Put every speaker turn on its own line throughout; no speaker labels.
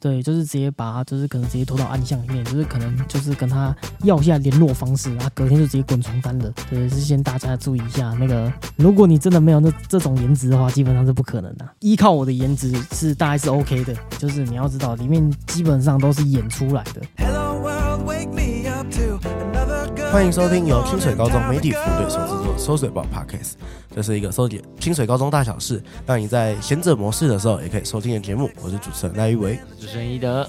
对，就是直接把他，就是可能直接拖到暗巷里面，就是可能就是跟他要一下联络方式，然后隔天就直接滚床单了。对，是先大家注意一下那个，如果你真的没有那这种颜值的话，基本上是不可能的、啊依靠我的颜值是大概是 OK 的，就是你要知道里面基本上都是演出来的。
Hello world, wake me up to another good
欢迎收听由清水高中媒体服务队所制作的《收水报》Podcast，这是一个收集清水高中大小事，让你在闲者模式的时候也可以收听的节目。我是主持人赖玉维。
主持人一德，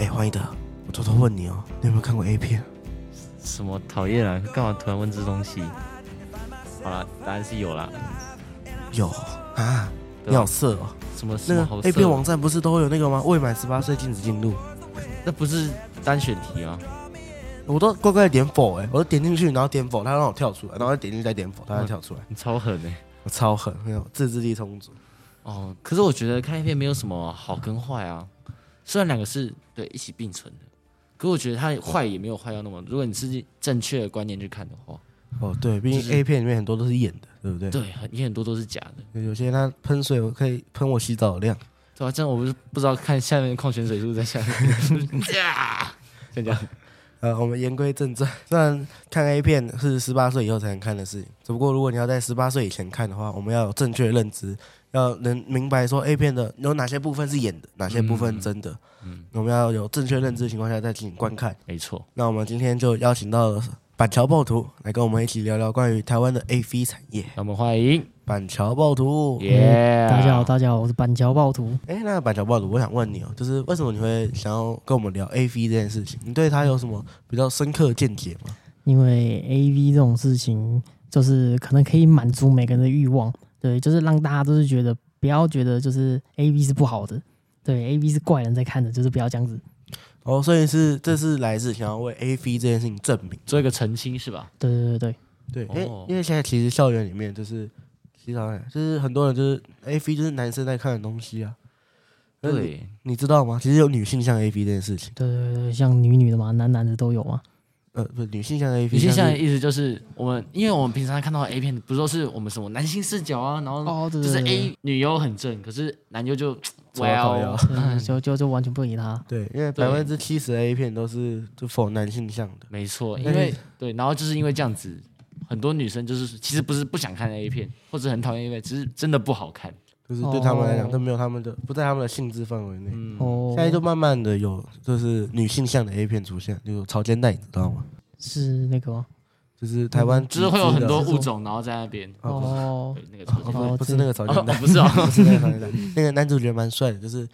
哎，欢迎的，我偷偷问你哦，你有没有看过 A 片？
什么讨厌啊？干嘛突然问这东西？好啦，答案是有啦。
有啊，
对吧
你好色哦。
什么什
那
么好
个
色
A 片网站不是都有那个吗？未满十八岁禁止进入。
那不是单选题啊？
我都乖乖地点否哎、我都点进去，然后点否，他让我跳出来，然后再点进去再点否，他再跳出来，
你超狠哎、
我超狠，没有自制力充足。
哦，可是我觉得看 A 片没有什么好跟坏啊，虽然两个是对一起并存的，可我觉得它坏也没有坏到那么。如果你是正确的观念去看的话，
哦，对，毕
就
竟
是
A 片里面很多都是演的，对不对？
对，很也很多都是假的，
有些他喷水我可以喷我洗澡的量，
对吧、这样我不是不知道看下面的矿泉水是不是在下 面，呀，这样 讲
呃，我们言归正传， 虽然看 A 片是十八岁以后才能看的事情，只不过如果你要在十八岁以前看的话，我们要有正确的认知，要能明白说 A 片的有哪些部分是演的，哪些部分是真的。嗯，我们要有正确认知的情况下再进行观看。
没错，
那我们今天就邀请到了板桥暴徒来跟我们一起聊聊关于台湾的 A V 产业。
那我们欢迎，
板桥暴徒，哎、
耶、
大家好，大家好，我是板桥暴徒。
那板桥暴徒，我想问你哦，就是为什么你会想要跟我们聊 A V 这件事情？你对它有什么比较深刻的见解吗？
因为 A V 这种事情，就是可能可以满足每个人的欲望，对，就是让大家都是觉得不要觉得就是 A V 是不好的，对，A V 是怪人在看的，就是不要这样子，
哦，所以是这是来自想要为 A V 这件事情证明。
做一个澄清是吧？
对对对对，
对，因
哦
为、因为现在其实校园里面就是，其实好像就是很多人就是 A V 就是男生在看的东西啊。那你，
对，
你知道吗？其实有女性向 A V 这件事情，
对对对对，像女女的嘛，男男的都有嘛，
呃，不是女性向 A V，
女性向的意思就是我们，因为我们平常看到的 A 片，不是都是我们什么男性视角啊，然后
哦，对
就
对
是
对
A 女优很正，可是男优就
走到头
well，
对就就就完全不理他，
对，因为
对
百分之七十的 A 片都是就否男性向的。
没错，因
那
为
你
对，然后就是因为这样子，很多女生就是其实不是不想看 A 片，或者很讨厌 A 片，只是真的不好看。
就是对他们来
哦
讲，都没有他们的不在他们的性质范围
嗯
内。
哦
现，在就慢慢的有就是女性向的 A 片出现，就潮间带，你知道吗？
是那个吗？
就是台湾
嗯就是会有很多
集资
物种，然后在那边
的啊，
哦
对，那个超级
不是
哦
不是不是那个潮间带，
哦不是哦
不是那个潮 间带，那个男主角蛮帅的，就是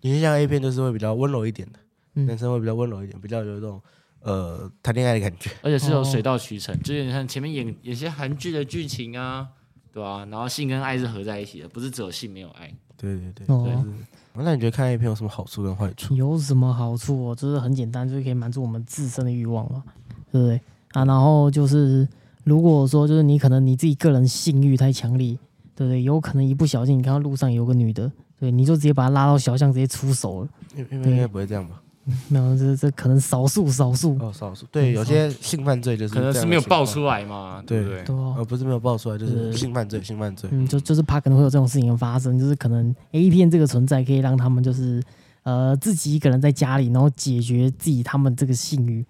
女性向 A 片就是会比较温柔一点的，
嗯
男生会比较温柔一点，比较有一种呃谈恋爱的感觉。
而且是有水到渠成，就是你看前面演演些韩剧的剧情啊，对吧、然后性跟爱是合在一起的，不是只有性没有爱。
对对对，
哦
就是。那你觉得看 A 片有什么好处跟坏处？
有什么好处、哦？就是很简单，就是可以满足我们自身的欲望嘛，对不对啊？然后就是如果说就是你可能你自己个人性欲太强烈，对不对？有可能一不小心你看到路上有个女的，对，你就直接把她拉到小巷直接出手了。
因因为应该不会这样吧？
没有，这这可能少数少数，
哦，少数对，有些性犯罪就是
可能
这样
是
的
没有
情况
爆出来嘛，对
对
不对？
对啊
呃，不是没有爆出来，就
对
是性犯罪，性犯罪。
嗯，就就是怕可能会有这种事情发生，就是可能 A 片这个存在可以让他们就是呃自己一个人在家里，然后解决自己他们这个性欲。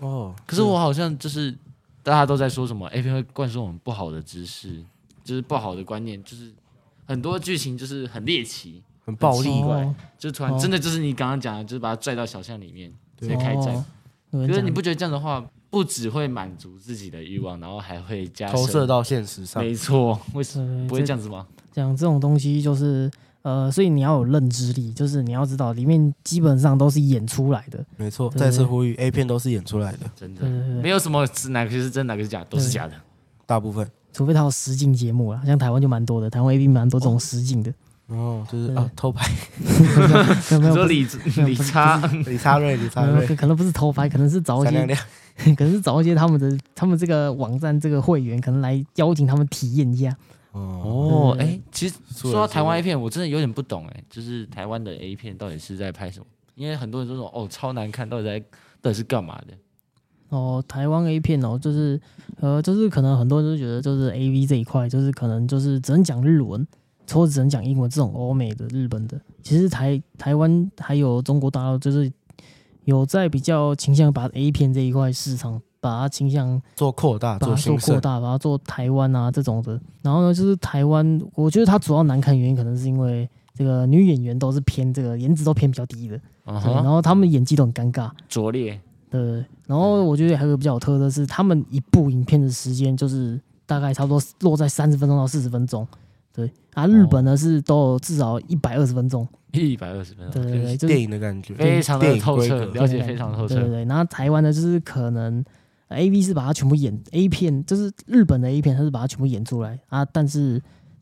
哦，
可
嗯
是我好像就是大家都在说什么 A 片会灌输我们不好的知识，就是不好的观念，就是很多剧情就是很猎奇，
很暴
例
力，
外
哦
就是突然、
哦
真的就是你刚刚讲的，就是把他拽到小巷里面直接开战。
哦有人
可是
讲
你不觉得这样的话，不只会满足自己的欲望，然后还会加深
投射？到现实上。
没错，为什
对
么不会这样子吗？
讲这种东西就是呃，所以你要有认知力，就是你要知道里面基本上都是演出来的，
没错，
对
再次呼吁，A 片都是演出来的，
真的
对对对
没有什么是哪个是真，哪个是假，都是
对
假的。
大部分。
除非它有实境节目啦，像台湾就蛮多的，台湾 A B 蛮多这种实境的，
哦，就是
对
啊，偷拍
没有没
你
有
说
不是
理理差，
李查瑞，李查
没有没
瑞
有，可能不是偷拍，可能是找一
闪亮
些，
亮。
可能是找一些他们的他们这个网站这个会员，可能来邀请他们体验一下。
哦，
哦，
对
哎、其实
说
说到
来
台湾 A 片，我真的有点不懂哎、就是台湾的 A 片到底是在拍什么？因为很多人都说哦超难看，到底在到底是干嘛的？
哦，台湾 A 片哦，就是呃，就是可能很多人都觉得就是 A V 这一块，就是可能就是只能讲日文，或者只能讲英文这种欧美的、日本的，其实台台湾还有中国大陆，就是有在比较倾向把 A 片这一块市场，把它倾向
做扩大，
把它
做
做
兴
扩
盛，
大，把它做台湾啊这种的。然后呢，就是台湾，我觉得它主要难看的原因可能是因为这个女演员都是偏这个颜值都偏比较低的，
嗯
啊
对然
哼，
后她们演技都很尴尬。
拙劣，
对，然后我觉得还有一个比较有特色的是，他们一部影片的时间就是大概差不多落在三十分钟到四十分钟。对
哦
啊，日本呢是都有至少一百二十分钟。
一百二十分
对
钟，
对对，就是
电影的感觉，
非常
电
的
影
透
规
彻，
格
了解非常透
对对
彻。
对，然后台湾呢，就是可能 A V 是把它全部演 A 片，就是日本的 A 片，它是把它全部演出来啊。但是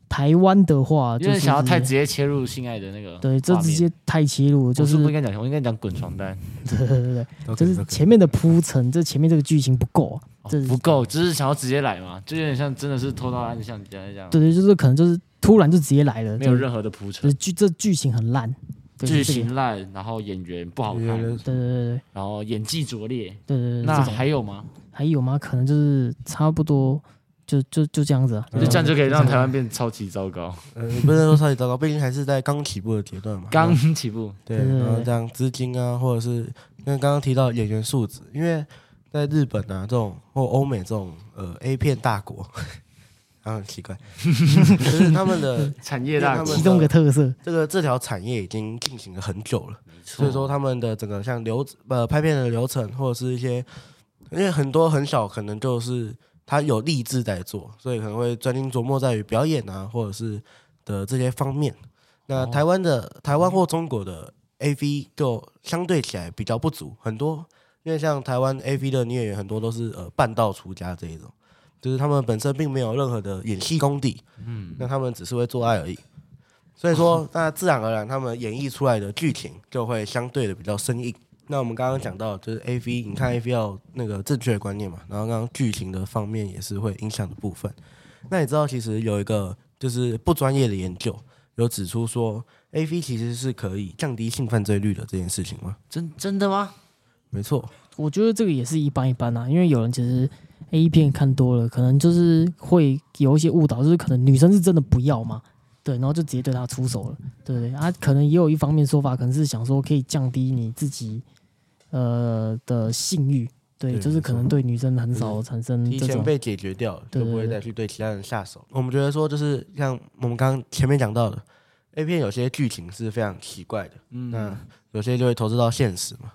台湾的话，
因
就
为
是
想要太直接切入性爱的那个画面，
对，这直接太切入，
我
就是是
不应该讲，我应该讲滚床单，
对对对对，
都可
就
以
是前面的铺陈，这前面这个剧情不够啊，
哦
这是
不够，只是想要直接来嘛，就有点像真的是偷到暗巷这样这样，
对对，就是可能就是突然就直接来了，
没有
就
任何的铺
就是
陈，
剧这剧情很烂，对
剧，
是这个
情烂，然后演员不好
都可以都可
看，
以
对对
然后演技拙劣，
对对对对，
那
这种
还有吗？
还有吗？可能就是差不多，就就就这样子啊，
就这样就可以让台
湾。
湾变超级糟糕，
呃，不能说超级糟糕，毕竟还是在刚起步的阶段嘛。
刚起步，
对，
对对
然后
对
这样资金啊，或者是跟刚刚提到演员素质，因为在日本啊这种或欧美这种呃 A 片大国， 啊很奇怪， 就是他们的
产业大
因为他
国
们
其，中一个特色，
这个这条产业已经进行了很久了，
所
所以说他们的整个像流呃拍片的流程或者是一些，因为很多很小可能就是他有立志在做，所以可能会专心琢磨在于表演啊或者是的这些方面。那
哦
台湾的、台湾或中国的 A V 就相对起来比较不足，很多因为像台湾 A V 的女演员很多都是呃半道出家这一种，就是他们本身并没有任何的演戏功底，嗯，那他们只是会做爱而已。所以说，那自然而然，他们演绎出来的剧情就会相对的比较生硬。那我们刚刚讲到，就是 A V，你看 A V 要那个正确的观念嘛，然后刚刚剧情的方面也是会影响的部分。那你知道，其实有一个就是不专业的研究有指出说，A V 其实是可以降低性犯罪率的这件事情吗？
真真的吗？
没错，
我觉得这个也是一般一般啊，因为有人其实 A 片看多了，可能就是会有一些误导，就是可能女生是真的不要嘛，对，然后就直接对她出手了，对不对？啊，可能也有一方面说法，可能是想说可以降低你自己呃的性欲，对，
对
就是
没错
可能对女生很少产生
提
嗯这
前
种，
被解决掉，
对
就不会
对
再去对其他人下手。我们觉得说，就是像我们刚刚前面讲到的，A 片有些剧情是非常奇怪的，
嗯
那有些就会投资到现实嘛。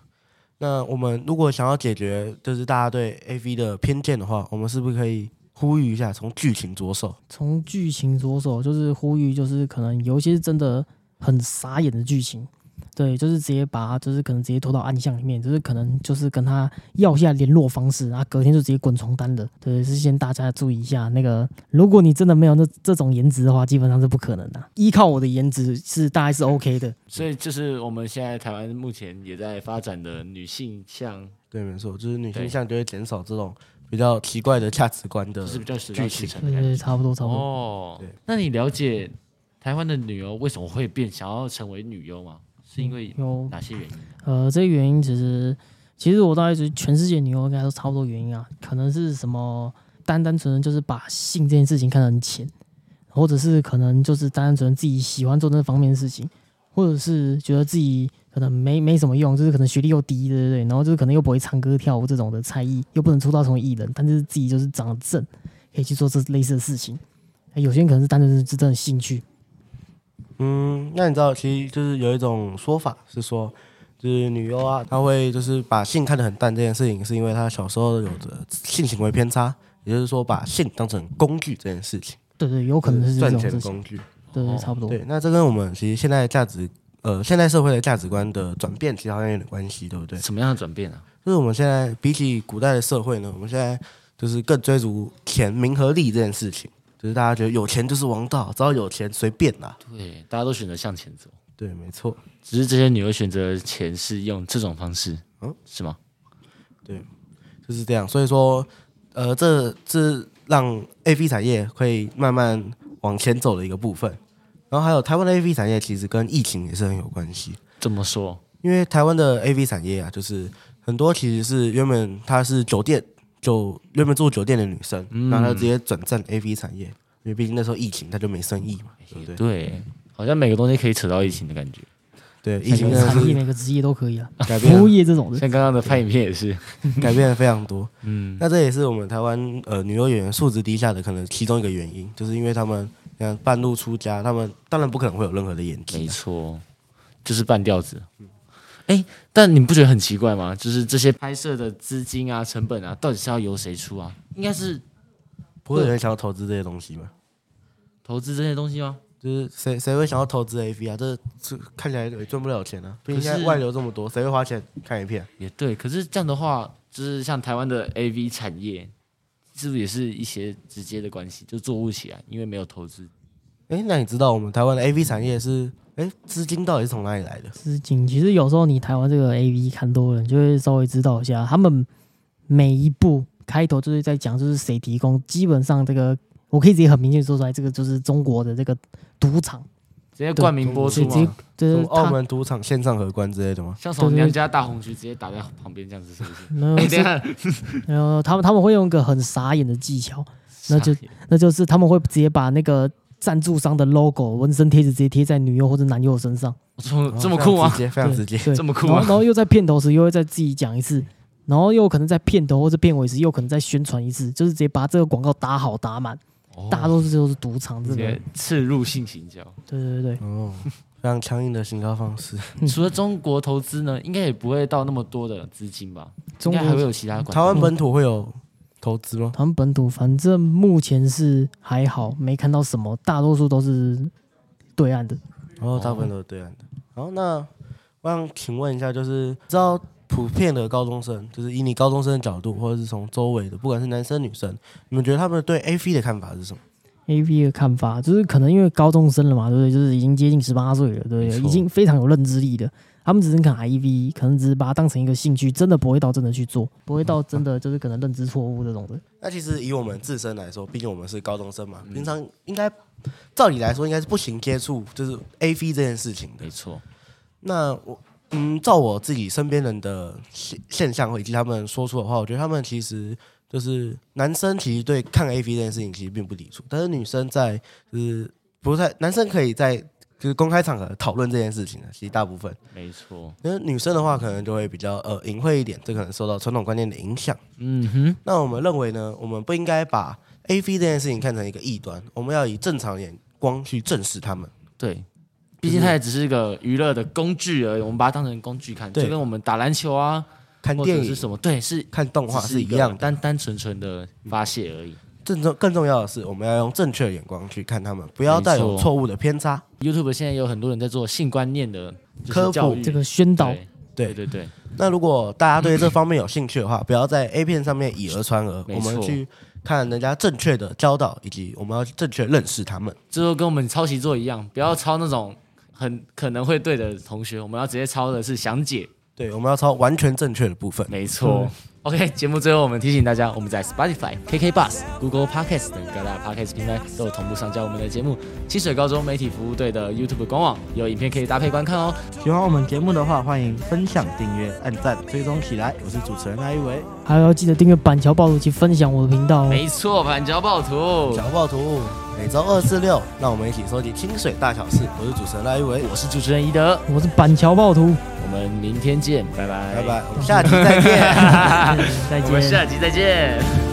那我们如果想要解决就是大家对 A V 的偏见的话，我们是不是可以呼吁一下，从剧情着手？
从剧情着手，就是呼吁，就是可能有一些是真的很傻眼的剧情，对，就是直接把他，就是可能直接拖到暗巷里面，就是可能就是跟他要下联络方式，然后隔天就直接滚床单的，对，是先大家注意一下那个，如果你真的没有那这种颜值的话，基本上是不可能的、啊依靠我的颜值是大概是 OK 的，
所以就是我们现在台湾目前也在发展的女性向，
对，没错，就是女性
对
向就会减少这种比较奇怪的价值观的
就是比较水到
剧
渠
情。
成的
对
感
对
觉
对，差不多差不多。
哦
对，
那你了解台湾的女优为什么会变想要成为女优吗？是因为
有
哪些原因？
呃，这个原因其实，其实我大概觉得全世界女优应该都差不多原因啊，可能是什么单单纯纯就是把性这件事情看得很浅，或者是可能就是单单纯纯自己喜欢做那方面的事情，或者是觉得自己可能没没什么用，就是可能学历又低，对对对，然后就是可能又不会唱歌跳舞这种的才艺，又不能出道成为艺人，但是自己就是长得正，可以去做这类似的事情。哎有些人可能是单纯是真的兴趣，
嗯，那你知道，其实就是有一种说法是说，就是女优啊，她会就是把性看得很淡这件事情，是因为她小时候有着性行为偏差，也就是说把性当成工具这件事情，
对对，有可能是这
赚
种
钱
事情，
工具。
对对，差不多。
对，那这跟我们其实现在价值，呃，现代社会的价值观的转变，其实好像有点关系，对不对？
什么样的转变啊？
就是我们现在比起古代的社会呢，我们现在就是更追逐钱、名和利这件事情，就是大家觉得有钱就是王道，只要有钱随便啦。
对，大家都选择向前走，
对，没错。
只是这些女优选择前是用这种方式，
嗯
是吗？
就是这样。所以说，呃，这这让 A V 产业会慢慢往前走的一个部分。然后还有台湾的 A V 产业，其实跟疫情也是很有关系，
这么说，
因为台湾的 A V 产业啊，就是很多其实是原本她是酒店，就原本住酒店的女生，然后她直接转战 A V 产业。因为毕竟那时候疫情，他就没生意嘛，对不对？
对，好像每个东西可以扯到一起的感觉。
对，疫
每
情
个
真的
产业、
是
每 E 个职业都可以啊，
改变
服务
了
业这种的，
像刚刚的拍影片也是，
改变了非常多。
嗯，
那这也是我们台湾呃女优演员素质低下的可能其中一个原因，就是因为他们像半路出家，他们当然不可能会有任何的演技
没
啊。
错，就是半吊子。哎，但你不觉得很奇怪吗？就是这些拍摄的资金啊、成本啊，到底是要由谁出啊？应该是
不会有人想要投资这些东西吗？
投资这些东西吗？
就是谁谁会想要投资 A V 啊？这这看起来也赚不了钱啊！毕竟
可是
现在外流这么多，谁会花钱看一啊片？
也对，可是这样的话，就是像台湾的 AV 产业，是不是也是一些直接的关系，就做不起来，因为没有投资。
哎，那你知道我们台湾的 A V 产业是哎资金到底是从哪里来的？
资金其实有时候你台湾这个 A V 看多了，你就会稍微知道一下，他们每一步开头就是在讲就是谁提供，基本上这个我可以直接很明确地说出来，这个就是中国的这个赌场，
直接冠名播出啊
直接
吗？
就
什么
是
澳
他
门赌场线上荷官之类的吗？
像从娘家大红旗直接打在旁边这样子，是不 是？
没有
哎， 等一下，
然后他们他们会用一个很傻眼的技巧，那就
傻眼
那就是他们会直接把那个赞助商的 logo 纹身贴纸直接贴在女优或者男优身上，
这
哦
么这么酷吗
非常直？接，非常直接。
对，
这么酷啊
然后
吗
然后又在片头时又会再自己讲一次，然后又可能在片头或者片尾时又可能再宣传一次，就是直接把这个广告打好打满，
哦
大多数就是赌场这
直
个，
接
对
刺入性行交。
对对对，
哦，非常强硬的行销方式。
嗯
除了中国投资呢，应该也不会到那么多的资金吧？应
中
该还会
国
有其他管
台
道。
湾本土会有投资吗？
他们本土反正目前是还好，没看到什么，大多数都是对岸的。
然哦后大部分都是对岸的。然后那我想请问一下，就是知道普遍的高中生，就是以你高中生的角度，或者是从周围的，不管是男生女生，你们觉得他们对 A V 的看法是什么？
A V 的看法，就是可能因为高中生了嘛，对不对？就是已经接近十八岁了，对
没
不对？
错
已经非常有认知力的，他们只是看 I V，可能只是把它当成一个兴趣，真的不会到真的去做，不会到真的就是可能认知错误这种的。
那其实以我们自身来说，毕竟我们是高中生嘛，平常应该照理来说应该是不行接触就是 A V 这件事情的
没。错，
那我嗯，照我自己身边人的现现象以及他们说出的话，我觉得他们其实就是男生其实对看 A V 这件事情其实并不抵触，但是女生在就是不太男生可以在就是公开场合讨论这件事情的，啊其实大部分，
没错。
因为女生的话可能就会比较呃隐晦一点，这可能受到传统观念的影响。
嗯哼，
那我们认为呢，我们不应该把 A V 这件事情看成一个异端，我们要以正常眼光去正视他们。
对，毕竟它也只是一个娱乐的工具而已，我们把它当成工具看，
对
就跟我们打篮球啊，
看
或
电
者是
影、
什么，对，是
看动画
只
是
一
一
个
样的。
单单纯纯的发泄而已。
更重更重要的是，我们要用正确的眼光去看他们，不要带有
没错
错误的偏差。
YouTube 现在有很多人在做性观念的就是
科普
教育
这个宣导
对
对
对对
那如果大家对这方面有兴趣的话，不要在 A 片上面以讹传讹，
没
我
错
们去看人家正确的教导，以及我们要正确地认识他们。
这就跟我们抄袭作一样，不要抄那种很可能会对的同学，我们要直接抄的是详解。
对，我们要朝完全正确的部分。
没错。OK，节目最后我们提醒大家，我们在 Spotify、KK Bus、Google Podcast 等各大 Podcast 平台都有同步上架我们的节目。清水高中媒体服务队的 YouTube 官网有影片可以搭配观看哦。
喜欢我们节目的话，欢迎分享、订阅、按赞、追踪起来。我是主持人赖一维，
还要记得订阅板桥暴露及分享我的频道
哎
哦。
没错，板桥暴徒，
小暴徒每周二四六，让我们一起收集清水大小事。我是主持人赖一维，
我是主持人宜德，
我是板桥暴徒，
我们明天见，拜拜，
拜拜，我们下期再见。
再见。
我们下集再见。